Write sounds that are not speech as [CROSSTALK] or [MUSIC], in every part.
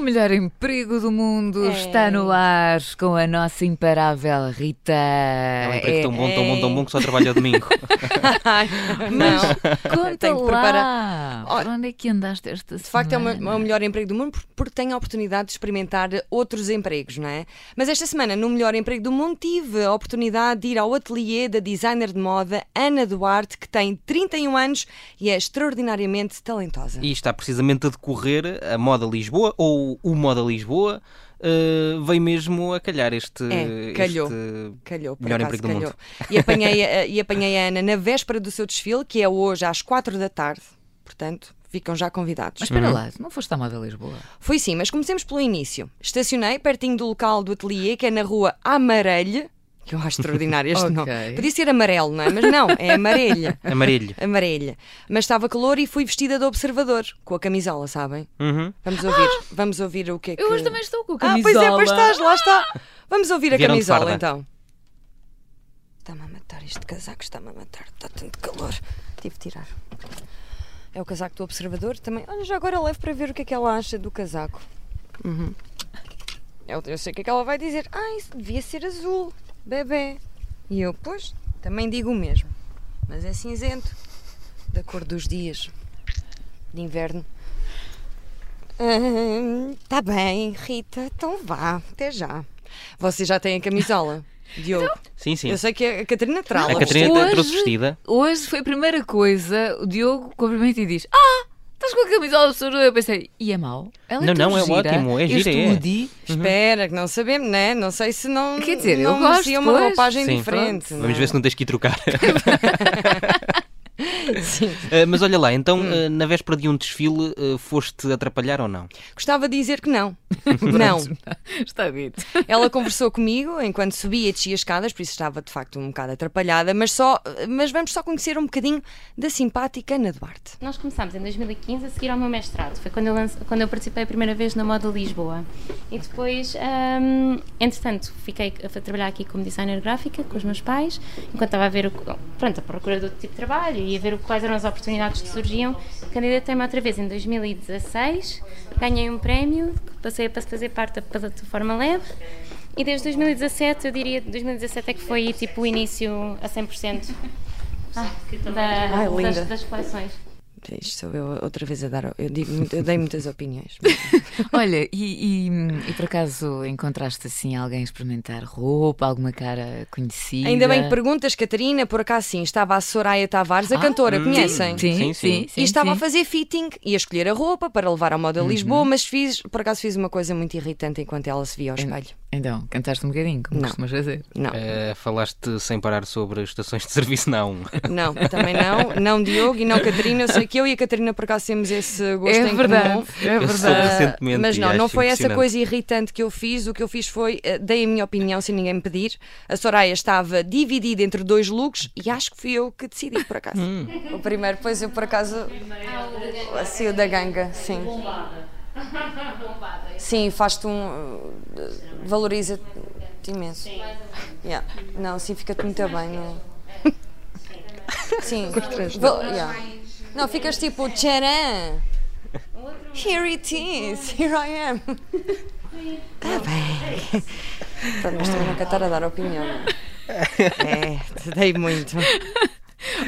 melhor emprego do mundo É. está no ar com a nossa imparável Rita. É um É, emprego tão bom, tão bom, tão bom que só trabalha ao domingo. [LAUGHS] Ai, Mas não. É, conta [LAUGHS] Tenho que lá, preparar. por onde é que andaste esta De facto, é uma- semana? é o melhor emprego do mundo por- porque tenho a oportunidade de experimentar outros empregos, não é? Mas esta semana, no melhor emprego do mundo, tive a oportunidade de ir ao ateliê da designer de moda Ana Duarte, que tem 31 anos e é extraordinariamente talentosa. E está precisamente a decorrer a Moda Lisboa, ou o Moda Lisboa, eh, veio mesmo a calhar este. É, calhou. este- Calhou, por Melhor acaso, emprego do calhou. mundo. E apanhei, a- e apanhei a Ana na véspera do seu desfile, que é hoje às 4 da tarde, portanto, ficam já convidados. Mas Uhum. espera lá, não foste à moda Lisboa? Foi sim, mas comecemos pelo início. Estacionei pertinho do local do ateliê, que é na rua Amarelha, que eu acho extraordinário [LAUGHS] este Ok. nome. Podia ser amarelo, não é? Mas não, é amarelha. [LAUGHS] Amarelho. Amarelha. Mas estava calor e fui vestida de observador, com a camisola, sabem? Uhum. Vamos ouvir, vamos ouvir o que é que... Ah! Eu hoje também estou com a Ah, camisola. pois é, pois estás, lá está. Vamos ouvir a Vieram de camisola farda. então. Está-me a matar este casaco, está-me a matar, está tanto calor. Tive de tirar. É o casaco do observador também. Olha, já agora levo para ver o que é que ela acha do casaco. Uhum. Eu, eu sei o que é que ela vai dizer. Ah, isso devia ser azul, bebê. E eu, pois, também digo o mesmo. Mas é cinzento, da cor dos dias de inverno. Está tá bem, Rita, então vá, até já. Você já tem a [LAUGHS] camisola, Diogo? Sim, sim. Eu sei que a Catarina trala. A Catarina tá Hoje- trouxe vestida. Hoje foi a primeira coisa, o Diogo cumprimenta e diz: Ah, estás com a camisola absurda. Eu pensei, e é mau? Ela Não, tão não, é gira, ótimo, é gira, Este é." [LAUGHS] Woody, uhum. Espera, que não sabemos, né? Não sei se não. Quer dizer, eu não gosto, merecia uma pois. roupagem Sim, diferente. é? pronto. Vamos ver se não tens que ir trocar. Sim. Eh, Mas olha lá, então, eh, na véspera de um desfile, eh, foste atrapalhar ou não? Gostava de dizer [LAUGHS] que não. não. está dito. Ela conversou comigo enquanto subia e descia as escadas, por isso estava de facto um bocado atrapalhada, mas, só, mas vamos só conhecer um bocadinho da simpática Ana Duarte. Nós começámos em 2015 a seguir ao meu mestrado. Foi quando eu, lance- quando eu participei a primeira vez na Moda Lisboa. E depois, hum, entretanto, fiquei a fa- trabalhar aqui como designer gráfica com os meus pais, enquanto estava a ver, o, que- pronto, a procura do tipo de trabalho e a ver o- quais eram as oportunidades que surgiam. Candidatei-me outra vez em 2016, ganhei um prémio, passei a pas- fazer parte da plataforma Lab. E desde 2017, eu diria, 2017 é que foi tipo o início a 100% ah, da- Ai, linda. das, das coleções. Isto sou eu outra vez a dar. Eu, digo, muito- eu dei muitas opiniões. Olha, e, e- e por acaso encontraste assim alguém a experimentar roupa, alguma cara conhecida? Ainda bem que perguntas, Catarina, por acaso sim, estava a Soraya Tavares, a é. Ah, cantora, hum, conhecem? Sim, sim, Sim, sim. sim. e estava sim. a fazer fitting e a escolher a roupa para levar à moda Uhum. Lisboa, mas fiz, por acaso fiz uma coisa muito irritante enquanto ela se via ao espelho. Então, cantaste um bocadinho, como Não. costumas fazer. Não, Eh, falaste sem parar sobre estações de serviço na A1. não, também não, não Diogo [LAUGHS] e não Catarina. Eu sei que eu e a Catarina por acaso temos esse gosto é em verdade, comum. é Eu soube verdade. recentemente. Mas e não, não acho foi essa impressionante. coisa irritante que eu fiz. O que eu fiz foi, eh, dei a minha opinião sem ninguém me pedir. A Soraya estava dividida entre dois looks e acho que fui eu que decidi, por acaso. Hum. O primeiro, pois eu por acaso. Assim, o da ganga, sim. Sim, faz-te um. eh, Valoriza-te imenso. Yeah. Não, sim, fica-te muito bem. Não... é? Sim, Val- yeah. não, ficas tipo tcharam. Here it is, here I [LAUGHS] am. Está bem. Pronto, mas também nunca estar a dar opinião. não É, te dei muito.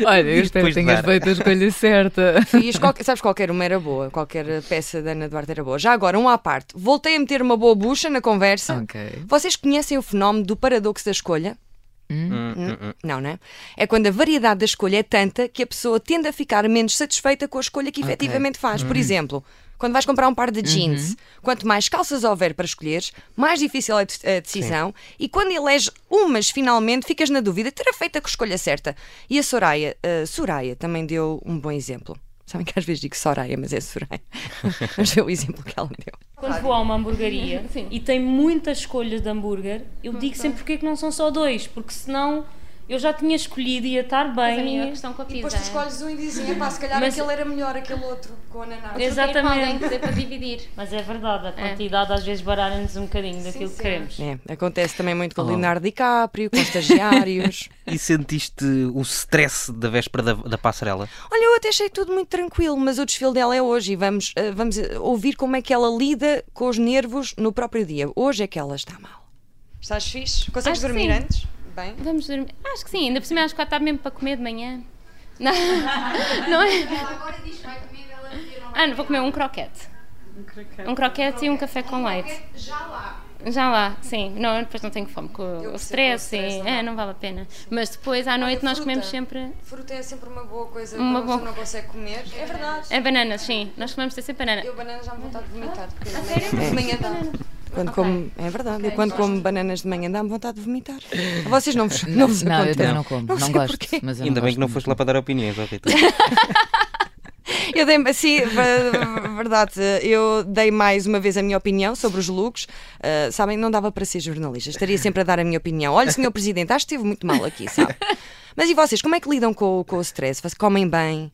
Olha, eu espero que Depois de tenhas dar. feito a escolha certa. Fiz, qualquer- sabes, qualquer uma era boa, qualquer peça da Ana Duarte era boa. Já agora, um à parte, voltei a meter uma boa bucha na conversa. Ok. Vocês conhecem o fenómeno do paradoxo da escolha? Não, não é? É quando a variedade da escolha é tanta que a pessoa tende a ficar menos satisfeita com a escolha que efetivamente faz. Por exemplo, quando vais comprar um par de jeans, quanto mais calças houver para escolheres, mais difícil é a de- a decisão e quando eleges umas finalmente, ficas na dúvida terá feito a escolha certa. E a Soraya, a Soraya também deu um bom exemplo. Sabem que às vezes digo Soraya, mas é Soraya. [LAUGHS] mas foi o exemplo que ela deu. Quando vou a [LAUGHS] uma hamburgueria Uhum. e tem muitas escolhas de hambúrguer, eu digo sempre porque é que não são só dois, porque senão Eu já tinha escolhido ia estar Mas é a minha bem. questão com a E pizza. é? depois tu escolhes um e dizes, "Epá, se calhar Mas- aquele era melhor, aquele outro, com ananás. Ex- Exatamente. Com alguém é Exatamente. que dê para dividir. Mas é verdade, a quantidade às vezes baralha-nos um bocadinho daquilo que queremos. É, acontece também muito com o Leonardo DiCaprio, com estagiários. E sentiste o stress da véspera da, da passarela? [LAUGHS] Olha, eu até achei tudo muito tranquilo, mas o desfile dela é hoje e vamos, eh, vamos eh, ouvir como é que ela lida com os nervos no próprio dia. Hoje é que ela está mal. Estás fixe? Consegues Acho que dormir sim. antes? Bem? Vamos dormir. Acho que sim, ainda por cima acho que está mesmo para comer de manhã. Não, não é? Ela agora diz que vai comer, ela não vai Ah, não, vou comer um croquete. Um croquete e um café com leite. comer. Já lá. Já lá, sim. Não, depois não tenho fome com o percebo stress. o stress, sim. não é, não vale a pena. Mas depois à noite nós fruta. comemos sempre Fruta é sempre uma boa coisa Uma que boa não consegue comer. É verdade. é, bananas, sim. Nós comemos ter sempre banana. Eu banana já me vontade de vomitar. porque de manhã- De manhã dá. Ah, É. Quando como, é verdade, eu quando como bananas de manhã dá-me vontade de vomitar. A vocês [LAUGHS] não vos não, vos não, eu acontece? também não como, não, sei gosto. porquê. Mas eu Ainda bem gosto que não muito. foste lá para dar opiniões, ó Rita. Eu dei, sim, ver- verdade, eu dei mais uma vez a minha opinião sobre os looks. Ah, sabem, não dava para ser jornalista, estaria sempre a dar a minha opinião. Olha, senhor Presidente, acho que esteve muito mal aqui, sabe? Mas e vocês, como é que lidam com, o- com o stress? Vocês comem bem?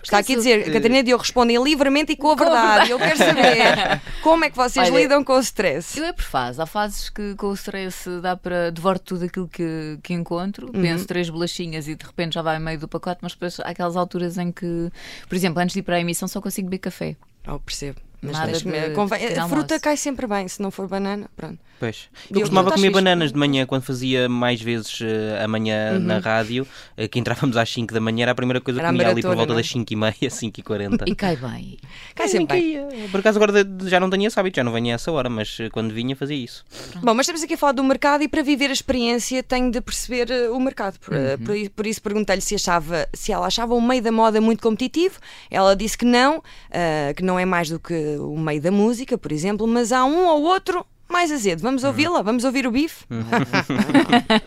Está aqui a dizer, a Catarina e Diogo respondem livremente e com a verdade. Eu quero saber como é que vocês Olha, lidam com o stress. Eu é por fase. Há fases que com o stress dá para devoro tudo aquilo que, que encontro. Uhum. Penso três bolachinhas e de repente já vai meio do pacote, mas depois há aquelas alturas em que, por exemplo, antes de ir para a emissão só consigo beber café. Oh, percebo. Mas Nada deixa-me- de- de convém- pequeno a fruta almoço. cai sempre bem, se não for banana, pronto. Pois. Eu Diogo, costumava tu estás comer fixe? bananas de manhã quando fazia mais vezes eh, amanhã na rádio, eh, que entrávamos às 5 da manhã, era a primeira coisa que Uhum. Era a comia ali por maratona, volta não é? das 5 e meia, [LAUGHS] 5 e 40. E cai bem. Cai sempre bem. Por acaso agora de- de- já não tenho esse hábito, já não venho a essa hora, mas eh, quando vinha fazia isso. Bom, mas estamos aqui a falar do mercado e para viver a experiência tenho de perceber eh, o mercado. Por, eh, por i- por isso perguntei-lhe se, achava, se ela achava o meio da moda muito competitivo. Ela disse que não, eh, que não é mais do que o meio da música, por exemplo, mas há um ou outro mais azedo. Vamos ouvi-la? Vamos ouvir o bife?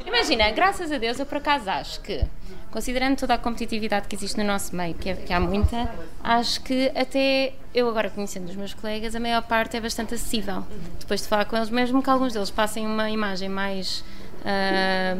Imagina, graças a Deus eu por acaso acho que, considerando toda a competitividade que existe no nosso meio, que, é- que há muita, acho que até eu agora conhecendo os meus colegas, a maior parte é bastante acessível. Depois de falar com eles, mesmo que alguns deles passem uma imagem mais. ah,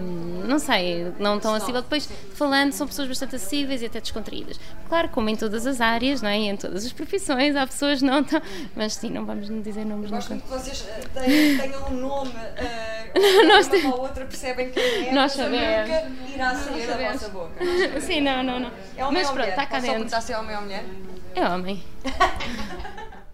não sei, não tão acessível. Depois, falando, são pessoas bastante acessíveis e até descontraídas. Claro, como em todas as áreas, não é? E em todas as profissões, há pessoas não tão. Mas sim, não vamos dizer nomes, não sei. que vocês tenham um nome [LAUGHS] nós uma ou outra percebem quem é, Nós mas sabemos. nunca irá sair da sabemos. vossa boca. [LAUGHS] É Sim, não, não, não. Mas pronto, está cá dentro. se é homem ou mulher? É homem.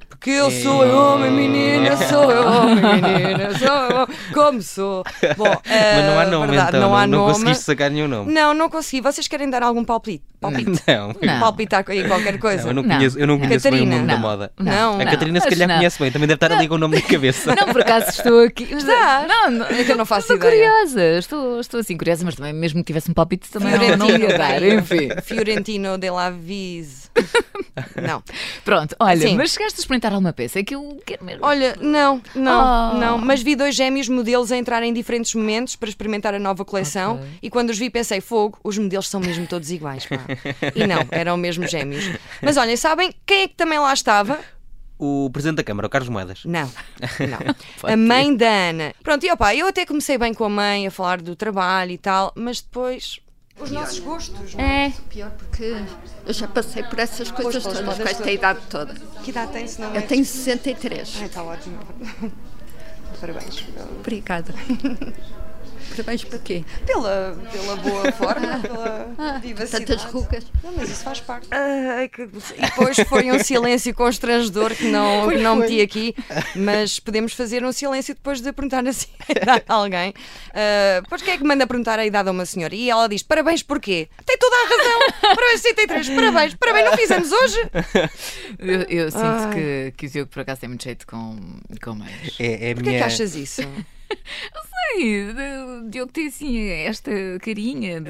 Porque eu sou É. eu homem, menina, [LAUGHS] sou eu homem, menina, sou eu homem, como sou. Bom, [LAUGHS] mas não há nome, Eh, verdade, então, não, há nome. conseguiste sacar nenhum nome. Não, não consegui. Vocês querem dar algum palpite? Palpite? [LAUGHS] Não. Não. Palpitar aí qualquer coisa? Eu não Não. conheço, eu não conheço bem o Catarina. nome da Não. moda. Não. A Catarina se Acho calhar não. conhece bem, também deve estar ali com o nome na cabeça. Não, por acaso estou [LAUGHS] aqui. Mas, Estás? Não, não, É que eu não faço estou ideia. curiosa. Estou, estou assim curiosa, mas também mesmo que tivesse um palpite também não- não Fiorentino. ia [LAUGHS] dar. Enfim. Fiorentino de [LAUGHS] la Vise. Não. Pronto, olha, Sim. mas chegaste a experimentar alguma peça? É que eu quero mesmo. Olha, não, não, Oh. não. Mas vi dois gêmeos modelos a entrar em diferentes momentos para experimentar a nova coleção e quando os vi pensei, fogo, os modelos são mesmo todos iguais, pá. E não, eram mesmo gêmeos. Mas olhem, sabem quem é que também lá estava? O Presidente da Câmara, o Carlos Moedas. Não, não. a mãe da Ana. Pronto, e opá, eu até comecei bem com a mãe a falar do trabalho e tal, mas depois. Os nossos gostos. É. pior porque eu já passei por essas pois, coisas todas, pois, com esta pois. idade toda. Que idade tem, se não Eu tenho 63. Está ótimo. Parabéns. [LAUGHS] Obrigada. Parabéns para quê? Pela, pela boa forma, pela Tantas rugas. Não, mas isso faz parte. Ah, é E depois foi um silêncio constrangedor que [LAUGHS] não, que não meti aqui, mas podemos fazer um silêncio depois de perguntar assim a idade a alguém. Ah, pois quem é que manda perguntar a idade a uma senhora? E ela diz: parabéns porquê? Tem toda a razão! Parabéns, 63, parabéns, parabéns, não fizemos hoje! Eu, eu sinto Ai. que, que o Diogo por acaso tem muito jeito com, com mães. É, é a Porquê minha... que achas isso? Ai, o Diogo tem assim esta carinha de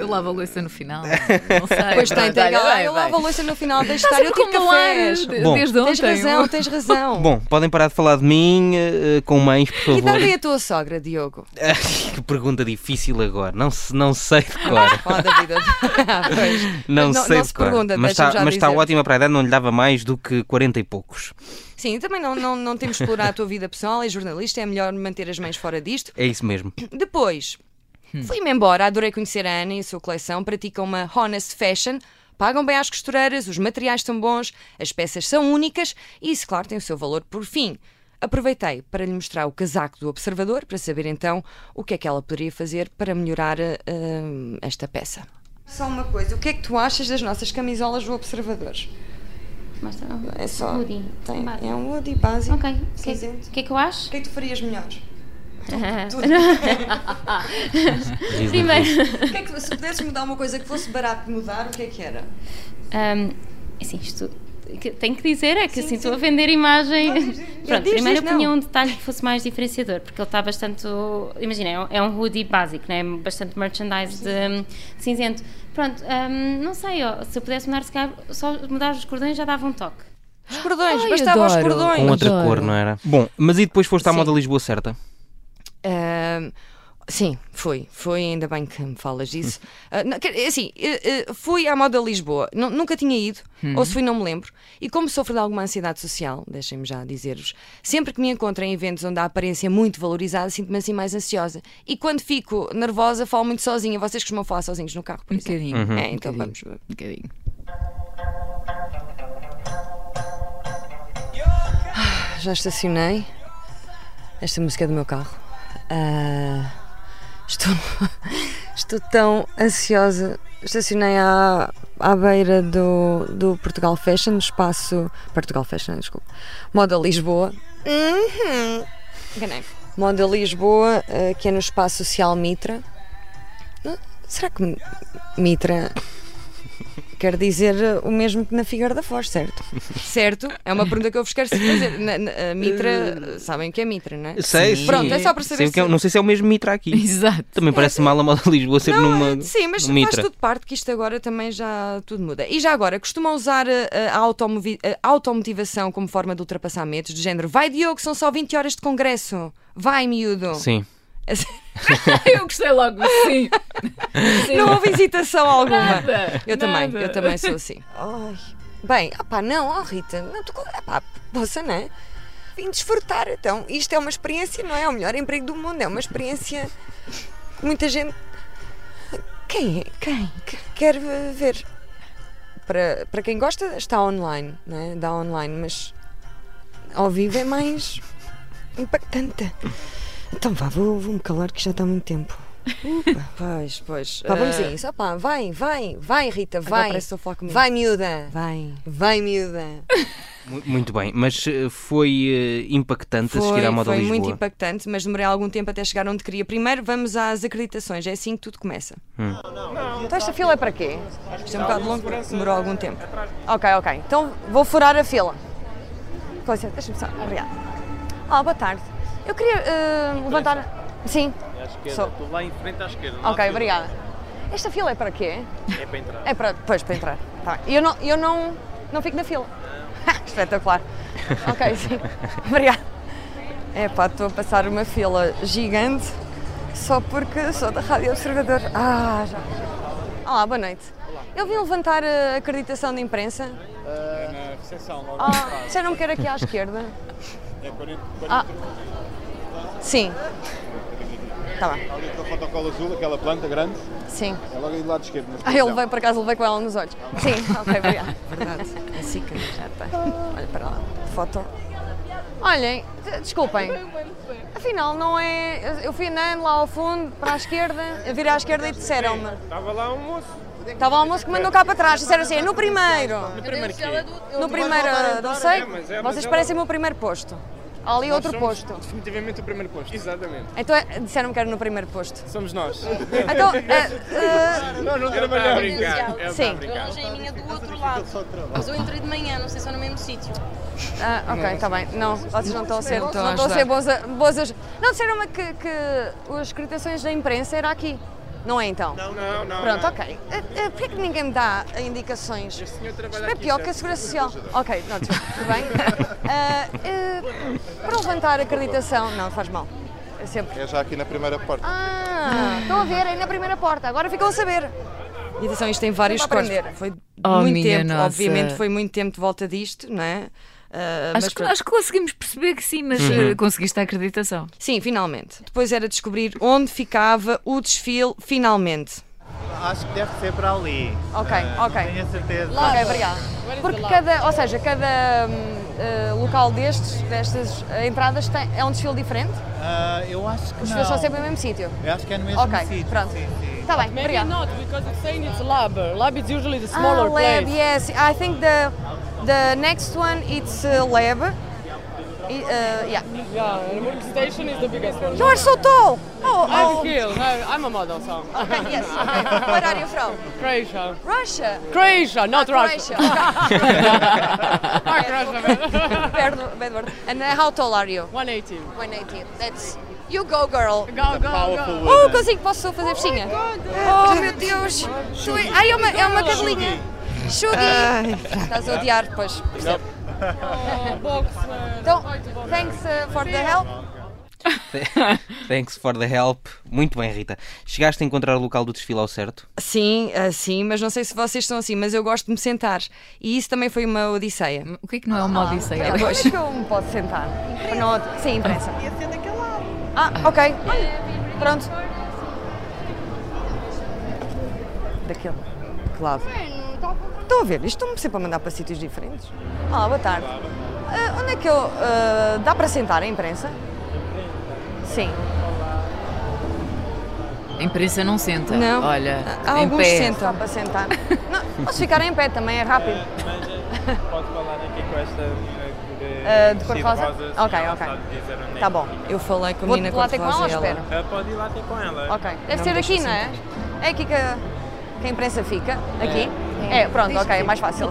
eu lavo a louça no [LAUGHS] final. Não sei. Pois tem, pronto, olha, tem aquela. vai, Eu vai. lavo a louça no final, deixa Está estar, eu sempre tive com um ar cafés. de- Bom. desde ontem. Tens razão, tens razão. Bom, podem parar de falar de mim eh, com mães, por que favor. idade é a tua sogra, Diogo? Ai, [LAUGHS] que pergunta difícil agora. Não, se, não sei de cor. Fala da vida. [LAUGHS] Ah, Pois. Não, sei [LAUGHS] não de se cor. pergunta, mas deixa-me já mas está dizer. ótima para a idade, não lhe dava mais do que 40 e poucos. Sim, e também não, não, não temos [LAUGHS] de explorar a tua vida pessoal, é jornalista, é melhor manter as mães fora disto. É isso mesmo. Depois, Fui-me embora, adorei conhecer a Ana e a sua coleção, praticam uma honest fashion, pagam bem às costureiras, os materiais são bons, as peças são únicas e isso, claro, tem o seu valor por fim. Aproveitei para lhe mostrar o casaco do observador para saber então o que é que ela poderia fazer para melhorar eh, eh, esta peça. Só uma coisa, o que é que tu achas das nossas camisolas do observador? Mostra. É só. Hoodie. Tem, Base. é um hoodie básico. Ok, o que, Cinzento. o que é que eu acho? O que é que tu farias melhor? Tudo. Primeiro, O que é que- se pudesses mudar uma coisa que fosse barato de mudar, o que é que era? Ahm, assim, isto que tenho que dizer é que assim estou a vender imagem. Pronto, diz, primeiro diz, eu punha não. um detalhe que fosse mais diferenciador, porque ele está bastante. Imagina, é um- é um hoodie básico, né? bastante merchandise de, de cinzento. Pronto, ahm, não sei, ó, se eu pudesse mudar, se calhar, só mudar os cordões já dava um toque. Os cordões, Ai, bastava os adoro. Um cordões. Com outra Adoro. cor, não era? Bom, mas e depois foste à moda Lisboa certa? Ahm, Ah, sim, fui. Foi, ainda bem que me [LAUGHS] falas disso. Ah, não, quer- é assim, eh, eh, fui à moda Lisboa. Nu- nunca tinha ido, Uhum. ou se fui, não me lembro. E como sofro de alguma ansiedade social, deixem-me já dizer-vos, sempre que me encontro em eventos onde a aparência é muito valorizada, sinto-me assim mais ansiosa. E quando fico nervosa, falo muito sozinha. Vocês costumam falar sozinhos no carro, por Um exemplo. bocadinho. É, então um vamos. bocadinho. Um bocadinho. Já estacionei. Esta música é do meu carro. Ah, estou, [LAUGHS] estou tão ansiosa. Estacionei à, à beira do, do Portugal Fashion, no espaço. Portugal Fashion, desculpa. Moda Lisboa. Uhum. Enganei. Moda Lisboa, ah, que é no espaço social Mitra. Ah, Será que Mi- Mitra [LAUGHS] quer dizer ah, o mesmo que na Figueira da Foz, certo? Certo? É uma pergunta que eu vos quero fazer. Na, na- a Mitra, sabem o que é Mitra, não é? Sei, Sim. sim. Pronto, é só para saber Sei o que é- se- Não sei se é o mesmo Mitra [LAUGHS] aqui. Exato. Também parece mal a moda Lisboa ser Não, numa. é- sim, mas numa faz Mitra. tudo parte que isto agora também já tudo muda. E já agora, costuma usar eh, a, automovi- a automotivação como forma de ultrapassar medos, de género vai Diogo, são só 20 horas de congresso, vai miúdo. Sim. [LAUGHS] Eu gostei logo, [LAUGHS] sim. Não houve hesitação alguma. Nada, eu também, nada. eu também sou assim. Ai, bem, opá, não, ó Rita, não tu, opá, poça, não é? Vim desfrutar, então, isto é uma experiência, não é? É o melhor emprego do mundo, é uma experiência que muita gente. Quem? Quem? que- Quer eh, ver. Para, para quem gosta, está online, né? Dá online, mas ao vivo é mais impactante. Então vá, vou- vou-me calar que já está muito tempo. Pois, pois. Ah. Pá, vamos a isso. Opá, vai, vai, vai, Rita, vai. Vai, miúda. Vai. Vai, miúda. Mu- Muito bem, mas eh, foi eh, impactante assistir à moda foi Lisboa. muito impactante, mas demorei algum tempo até chegar onde queria. Primeiro vamos às acreditações, é assim que tudo começa. Hum. Então esta fila é para quê? Isto é um bocado longo, demorou algum tempo. Ok, ok. Então vou furar a fila. Com licença, deixa-me só. Obrigada. Ah, boa tarde. Eu queria eh, levantar. Sim. é Sou. Estou lá em frente à esquerda. não há Ok, fila. obrigada. Esta fila é para quê? É para entrar. É para, pois, para entrar. Tá bem. Eu não, eu não, não fico na fila. Ah. [LAUGHS] Espetacular. ok, sim. Obrigada. É pá, estou a passar uma fila gigante só porque sou da Rádio Observador. Ah, já. Olá, boa noite. Eu vim levantar a acreditação de imprensa. Na recepção, logo Ah, já não me quero aqui à esquerda. Ah. é 40, Sim. Tá bem, ali com a fotocolo um azul, aquela planta grande, sim. é logo aí do lado esquerdo. na Ah, eu televisão. levei para casa, levei com ela nos olhos. Sim, [LAUGHS] ok, obrigada. Ah. Verdade, é assim que já está. Olha para lá, foto. Olhem, de- desculpem. Afinal, não é. eu- Eu fui andando lá ao fundo, para a esquerda, eu virei à esquerda e disseram-me. Estava lá um moço. Estava o almoço que mandou cá para trás, disseram assim: no primeiro. Primeiro que No primeiro, não sei, mas é- mas vocês é parecem-me o primeiro posto. Há ali outro somos posto. Definitivamente o primeiro posto. Exatamente. Então é- disseram-me que era no primeiro posto. [LAUGHS] Somos nós. [LAUGHS] Então, eh, eh, não, não trabalhamos. É Sim. Hoje é a minha do outro lado. Mas eu entrei de manhã, não sei se é no mesmo sítio. Ah, ok, está bem. Não, vocês não estão a ser, não estão a ser boas, a- boas aj- Não, disseram-me que, que as acreditações da imprensa era aqui. Não é então? Não, não, não. Pronto, ok. Eh, eh, Porquê que ninguém me dá indicações? Isto senhor trabalha é aqui, pior que a Segurança Social. Ok, não, desculpa, tudo bem. [LAUGHS] Ah, eh, para levantar a acreditação... Não, faz mal. É sempre... É já aqui na primeira porta. Ah, estão a ver, é na primeira porta. Agora ficam a saber. E atenção, isto tem vários cortes. Foi Oh, muito minha tempo, nossa. obviamente foi muito tempo de volta disto, não é? Ah, mas Acho, que, pronto. acho que conseguimos perceber que sim, mas eh, conseguiste a acreditação. Sim, finalmente. Depois era descobrir onde ficava o desfile, finalmente. Acho que deve ser para ali. Ok, Eh, não ok. Tenho a certeza. Ok, obrigada. Porque cada, ou seja, cada hum, eh, local destes, destas eh, entradas tem- é um desfile diferente? Ah, eu acho que Os não. desfiles são sempre no mesmo sítio? Eu acho que é no mesmo Ok, sítio. pronto. Sim, sim. Está bem, obrigada. not because it's saying it's lab. Lab is usually the Ah, lab, yes. I think the, the next one it's uh, lab. I- uh, yeah. Yeah, and Murg Station is the biggest one. You are so tall! [LAUGHS] Oh, I'm oh. here. I- I'm a model, so. Ah, Okay, [LAUGHS] yes, okay. Where are you from? Croatia. Russia. Croatia, not Croatia. [LAUGHS] Russia. Not [LAUGHS] Russia, man. Bad, bad word. And uh, how tall are you? 180. 180. That's you go girl. Go, go, go. Oh, consigo, posso fazer festinha? Oh, meu Deus! Tu é- Ai, é uma, é uma cadelinha! Shuggy! [LAUGHS] Estás a odiar depois. percebe? Oh, box. uh, Então, oito box. thanks uh, for the help. [LAUGHS] Thanks for the help. Muito bem, Rita. Chegaste a encontrar o local do desfile ao certo? Sim, ah, sim, mas não sei se vocês são assim, mas eu gosto de me sentar. E isso também foi uma odisseia. O que é que não é uma Ah, odisseia, Alex? que eu me posso sentar? Não, sim, interessa. Ah, ok. Pronto. Daquele lado. Estão a ver? Isto estão-me sempre a mandar para sítios diferentes. Olá, boa tarde. Ah, onde é que eu. ah, dá para sentar a imprensa? Sim. [LAUGHS] A imprensa não senta. Não. Olha, Há em Ah, alguns pé. sentam. Dá para sentar. Não, posso ficar em pé também, é rápido. Pode falar aqui com esta menina Ah, de cor-de-rosa? Ok, ok. é Tá bom. Eu falei com a menina lá ter com cor-de-rosa ela ou e ela- Eh, Pode ir lá ter com ela. Ok. Deve Não ser me aqui, deixa não é? É aqui que a, que a imprensa fica? Aqui? É, pronto, ok, é mais fácil.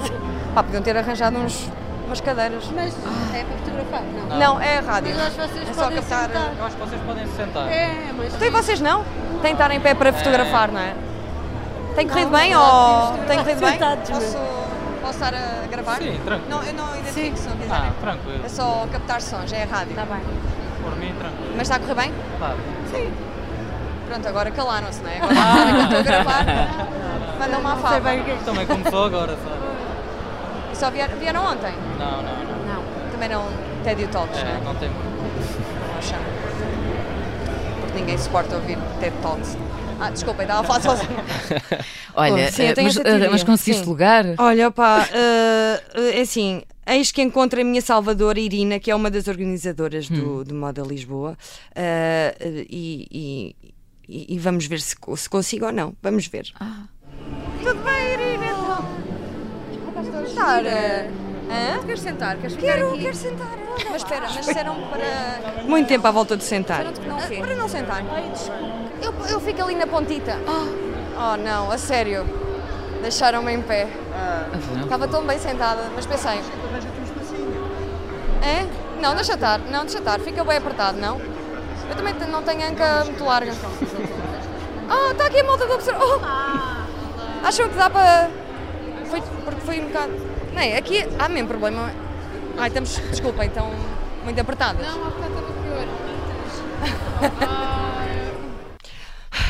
Pá, podiam ter arranjado uns, umas cadeiras. Mas é para fotografar, não? Não, é a rádio. Mas acho que vocês é só podem captar. sentar. Eu acho que vocês podem se sentar. É, mas. Então e vocês não? Têm de estar em pé para fotografar, não é? Tem corrido bem não, ou. podemos Tem corrido bem? sentados mesmo. Posso, posso estar a gravar? Sim, tranquilo. Não, eu não identifico se não quiserem. Ah, tranquilo. É só captar sons, é a rádio. Está bem. Por mim, tranquilo. Mas está a correr bem? Tá. Pronto, agora calaram-se, não é? Agora sabem que eu estou a gravar. Mandam uma fala. Também começou agora, sabe? Só vieram, vieram ontem? Não, não, não. Também não tédio talks, não é? É, não tem muito. Não chama. Porque ninguém suporta ouvir TED Talks. Ah, desculpa, estava a falar sozinha. Olha, Sim, eu eh, tenho mas, essa eh, teoria. mas conseguiste Sim. lugar? Olha, pá, eh, eh, é assim. Eis que encontro a minha salvadora Irina, que é uma das organizadoras Hum. do, do Moda Lisboa, eh, eh, e, e- e- e vamos ver se, co- se consigo ou não. Vamos ver. [LAUGHS] Tudo bem, Irina? Sentar. Queres sentar? Queres ficar Quero, aqui? quero sentar. Mas espera, mas disseram para. Muito tempo à volta de sentar. Ah, não quê? Para não sentar. Eu, eu fico ali na pontita. Oh não, a sério. Deixaram-me em pé. Estava tão bem sentada, mas pensei. É? Não, deixa estar, não, deixa estar. Fica bem apertado, não? Eu também te- não tenho anca muito larga. Oh, está aqui a malta do observador. Oh. Acham que dá para. Foi, porque foi um bocado. Não, é, aqui há mesmo problema. Ai, estamos, desculpa, então, muito apertadas. Não, está tudo pior. [LAUGHS]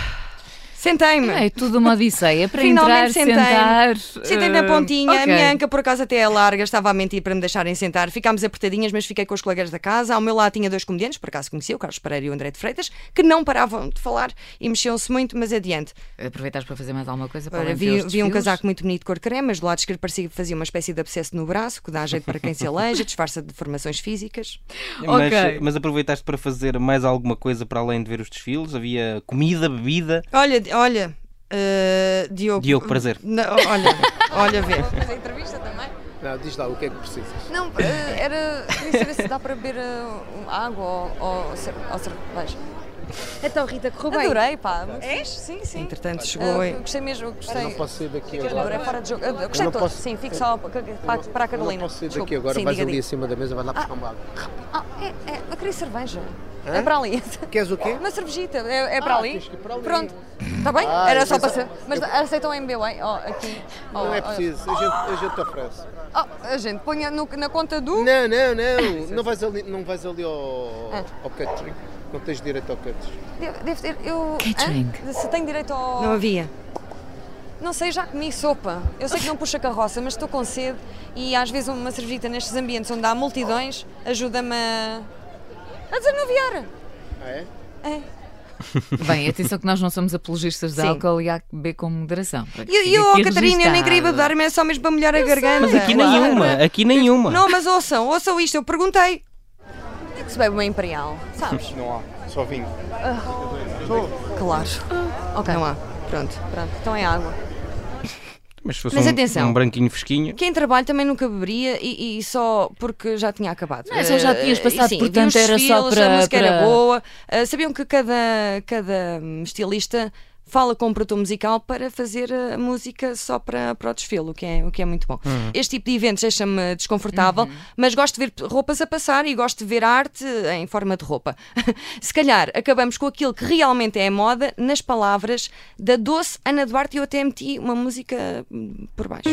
Sentei-me. É tudo uma odisseia para Finalmente entrar, sentar. sentei-me. Sentei na eh, pontinha, a ok. minha anca por acaso até é larga, estava a mentir para me deixarem sentar. Ficámos apertadinhas, mas fiquei com os colegas da casa. Ao meu lado tinha dois comediantes, por acaso conheci, o Carlos Pereira e o André de Freitas, que não paravam de falar e mexiam-se muito, mas adiante. Aproveitaste para fazer mais alguma coisa? Para Olha, além de vi, ver os vi um desfiles? casaco muito bonito de cor creme, mas do lado esquerdo parecia que fazia uma espécie de abscesso no braço, que dá jeito para quem se [LAUGHS] aleja, disfarça de deformações físicas. Ok. Mas, mas aproveitaste para fazer mais alguma coisa para além de ver os desfiles? Havia comida, bebida? Olha, olha, eh, Diogo. Diogo, prazer. Na- olha, olha, vê. Fazer entrevista também? Não, diz lá o que é que precisas. Não, eh, era. Queria saber se dá para beber eh, um- água ou, ou, cer- ou cerveja. Então, Rita, correu bem. Adorei, pá. Muito fixe. Sim, sim. Entretanto, chegou eu Gostei mesmo, eu gostei. Não posso sair daqui agora. Adorei, fora de jogo. Eu Eu gostei não de todos. posso- Sim, fico só para, para, para a Eu Carolina. Não posso sair Desculpe. daqui agora, Sim, vais diga, ali diga. acima da mesa, vai lá buscar um uma água. Ah, é, é, eu queria cerveja. Hã? É para ali. [LAUGHS] Queres o quê? Uma cervejita, é, é para, Ah, ali? tens que ir para ali. Pronto. Está bem? Ah, Era eu só para ser. pensava- Mas aceitam em MBA? Ou aqui? Não Ou- é ou- preciso, a gente, a gente te oferece. Oh, a gente, ponha no- na conta do. Não, não, não, não vais ali, não vais ali ao, Ah. ao catering. Não tens direito ao catering. Deve, deve ter. Eu. Catering. Hã? Se tem direito ao. havia. Não sei, já comi sopa. Eu sei que não puxa carroça, mas estou com sede e às vezes uma cervejita nestes ambientes onde há multidões ajuda-me a... a desanuviar. Ah, é? É. Bem, atenção que nós não somos apologistas de Sim. álcool e há que beber com moderação. para que E fique eu, oh, aqui é Catarina, eu nem queria registado. badar, mas é só mesmo para molhar a garganta. Mas aqui nenhuma, aqui nenhuma. Não, é mas ouçam, ouçam isto, eu perguntei. Onde é que se bebe uma imperial? Sabes? Não há, só vinho. Claro. Ok. Não há. Pronto, pronto. Então é água. Mas se fosse Mas um- atenção. um branquinho fresquinho. Quem trabalha também nunca beberia e, e só porque já tinha acabado. Não, só já Eh, tinhas passado, sim, portanto, vi os era só desfiles, para- A música era para- boa. Eh, sabiam que cada, cada hum, estilista fala com um produtor musical para fazer a música só para, para o desfile, o que é, o que é muito bom. Uhum. Este tipo de eventos deixa-me desconfortável, Uhum. mas gosto de ver roupas a passar e gosto de ver arte em forma de roupa. [LAUGHS] Se calhar acabamos com aquilo que realmente é a moda nas palavras da doce Ana Duarte e eu até meti uma música hum, por baixo.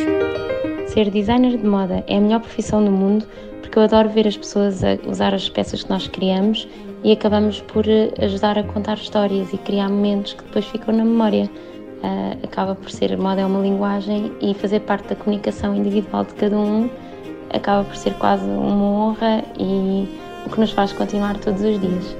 Ser designer de moda é a melhor profissão do mundo porque eu adoro ver as pessoas a usar as peças que nós criamos e acabamos por eh, ajudar a contar histórias e criar momentos que depois ficam na memória. Ah, acaba por ser, a moda é uma linguagem e fazer parte da comunicação individual de cada um acaba por ser quase uma honra e o que nos faz continuar todos os dias.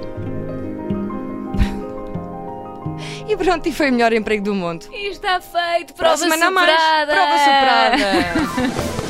E pronto, e foi o melhor emprego do mundo. E está feito, Para a prova semana a mais. superada. [LAUGHS] Prova superada.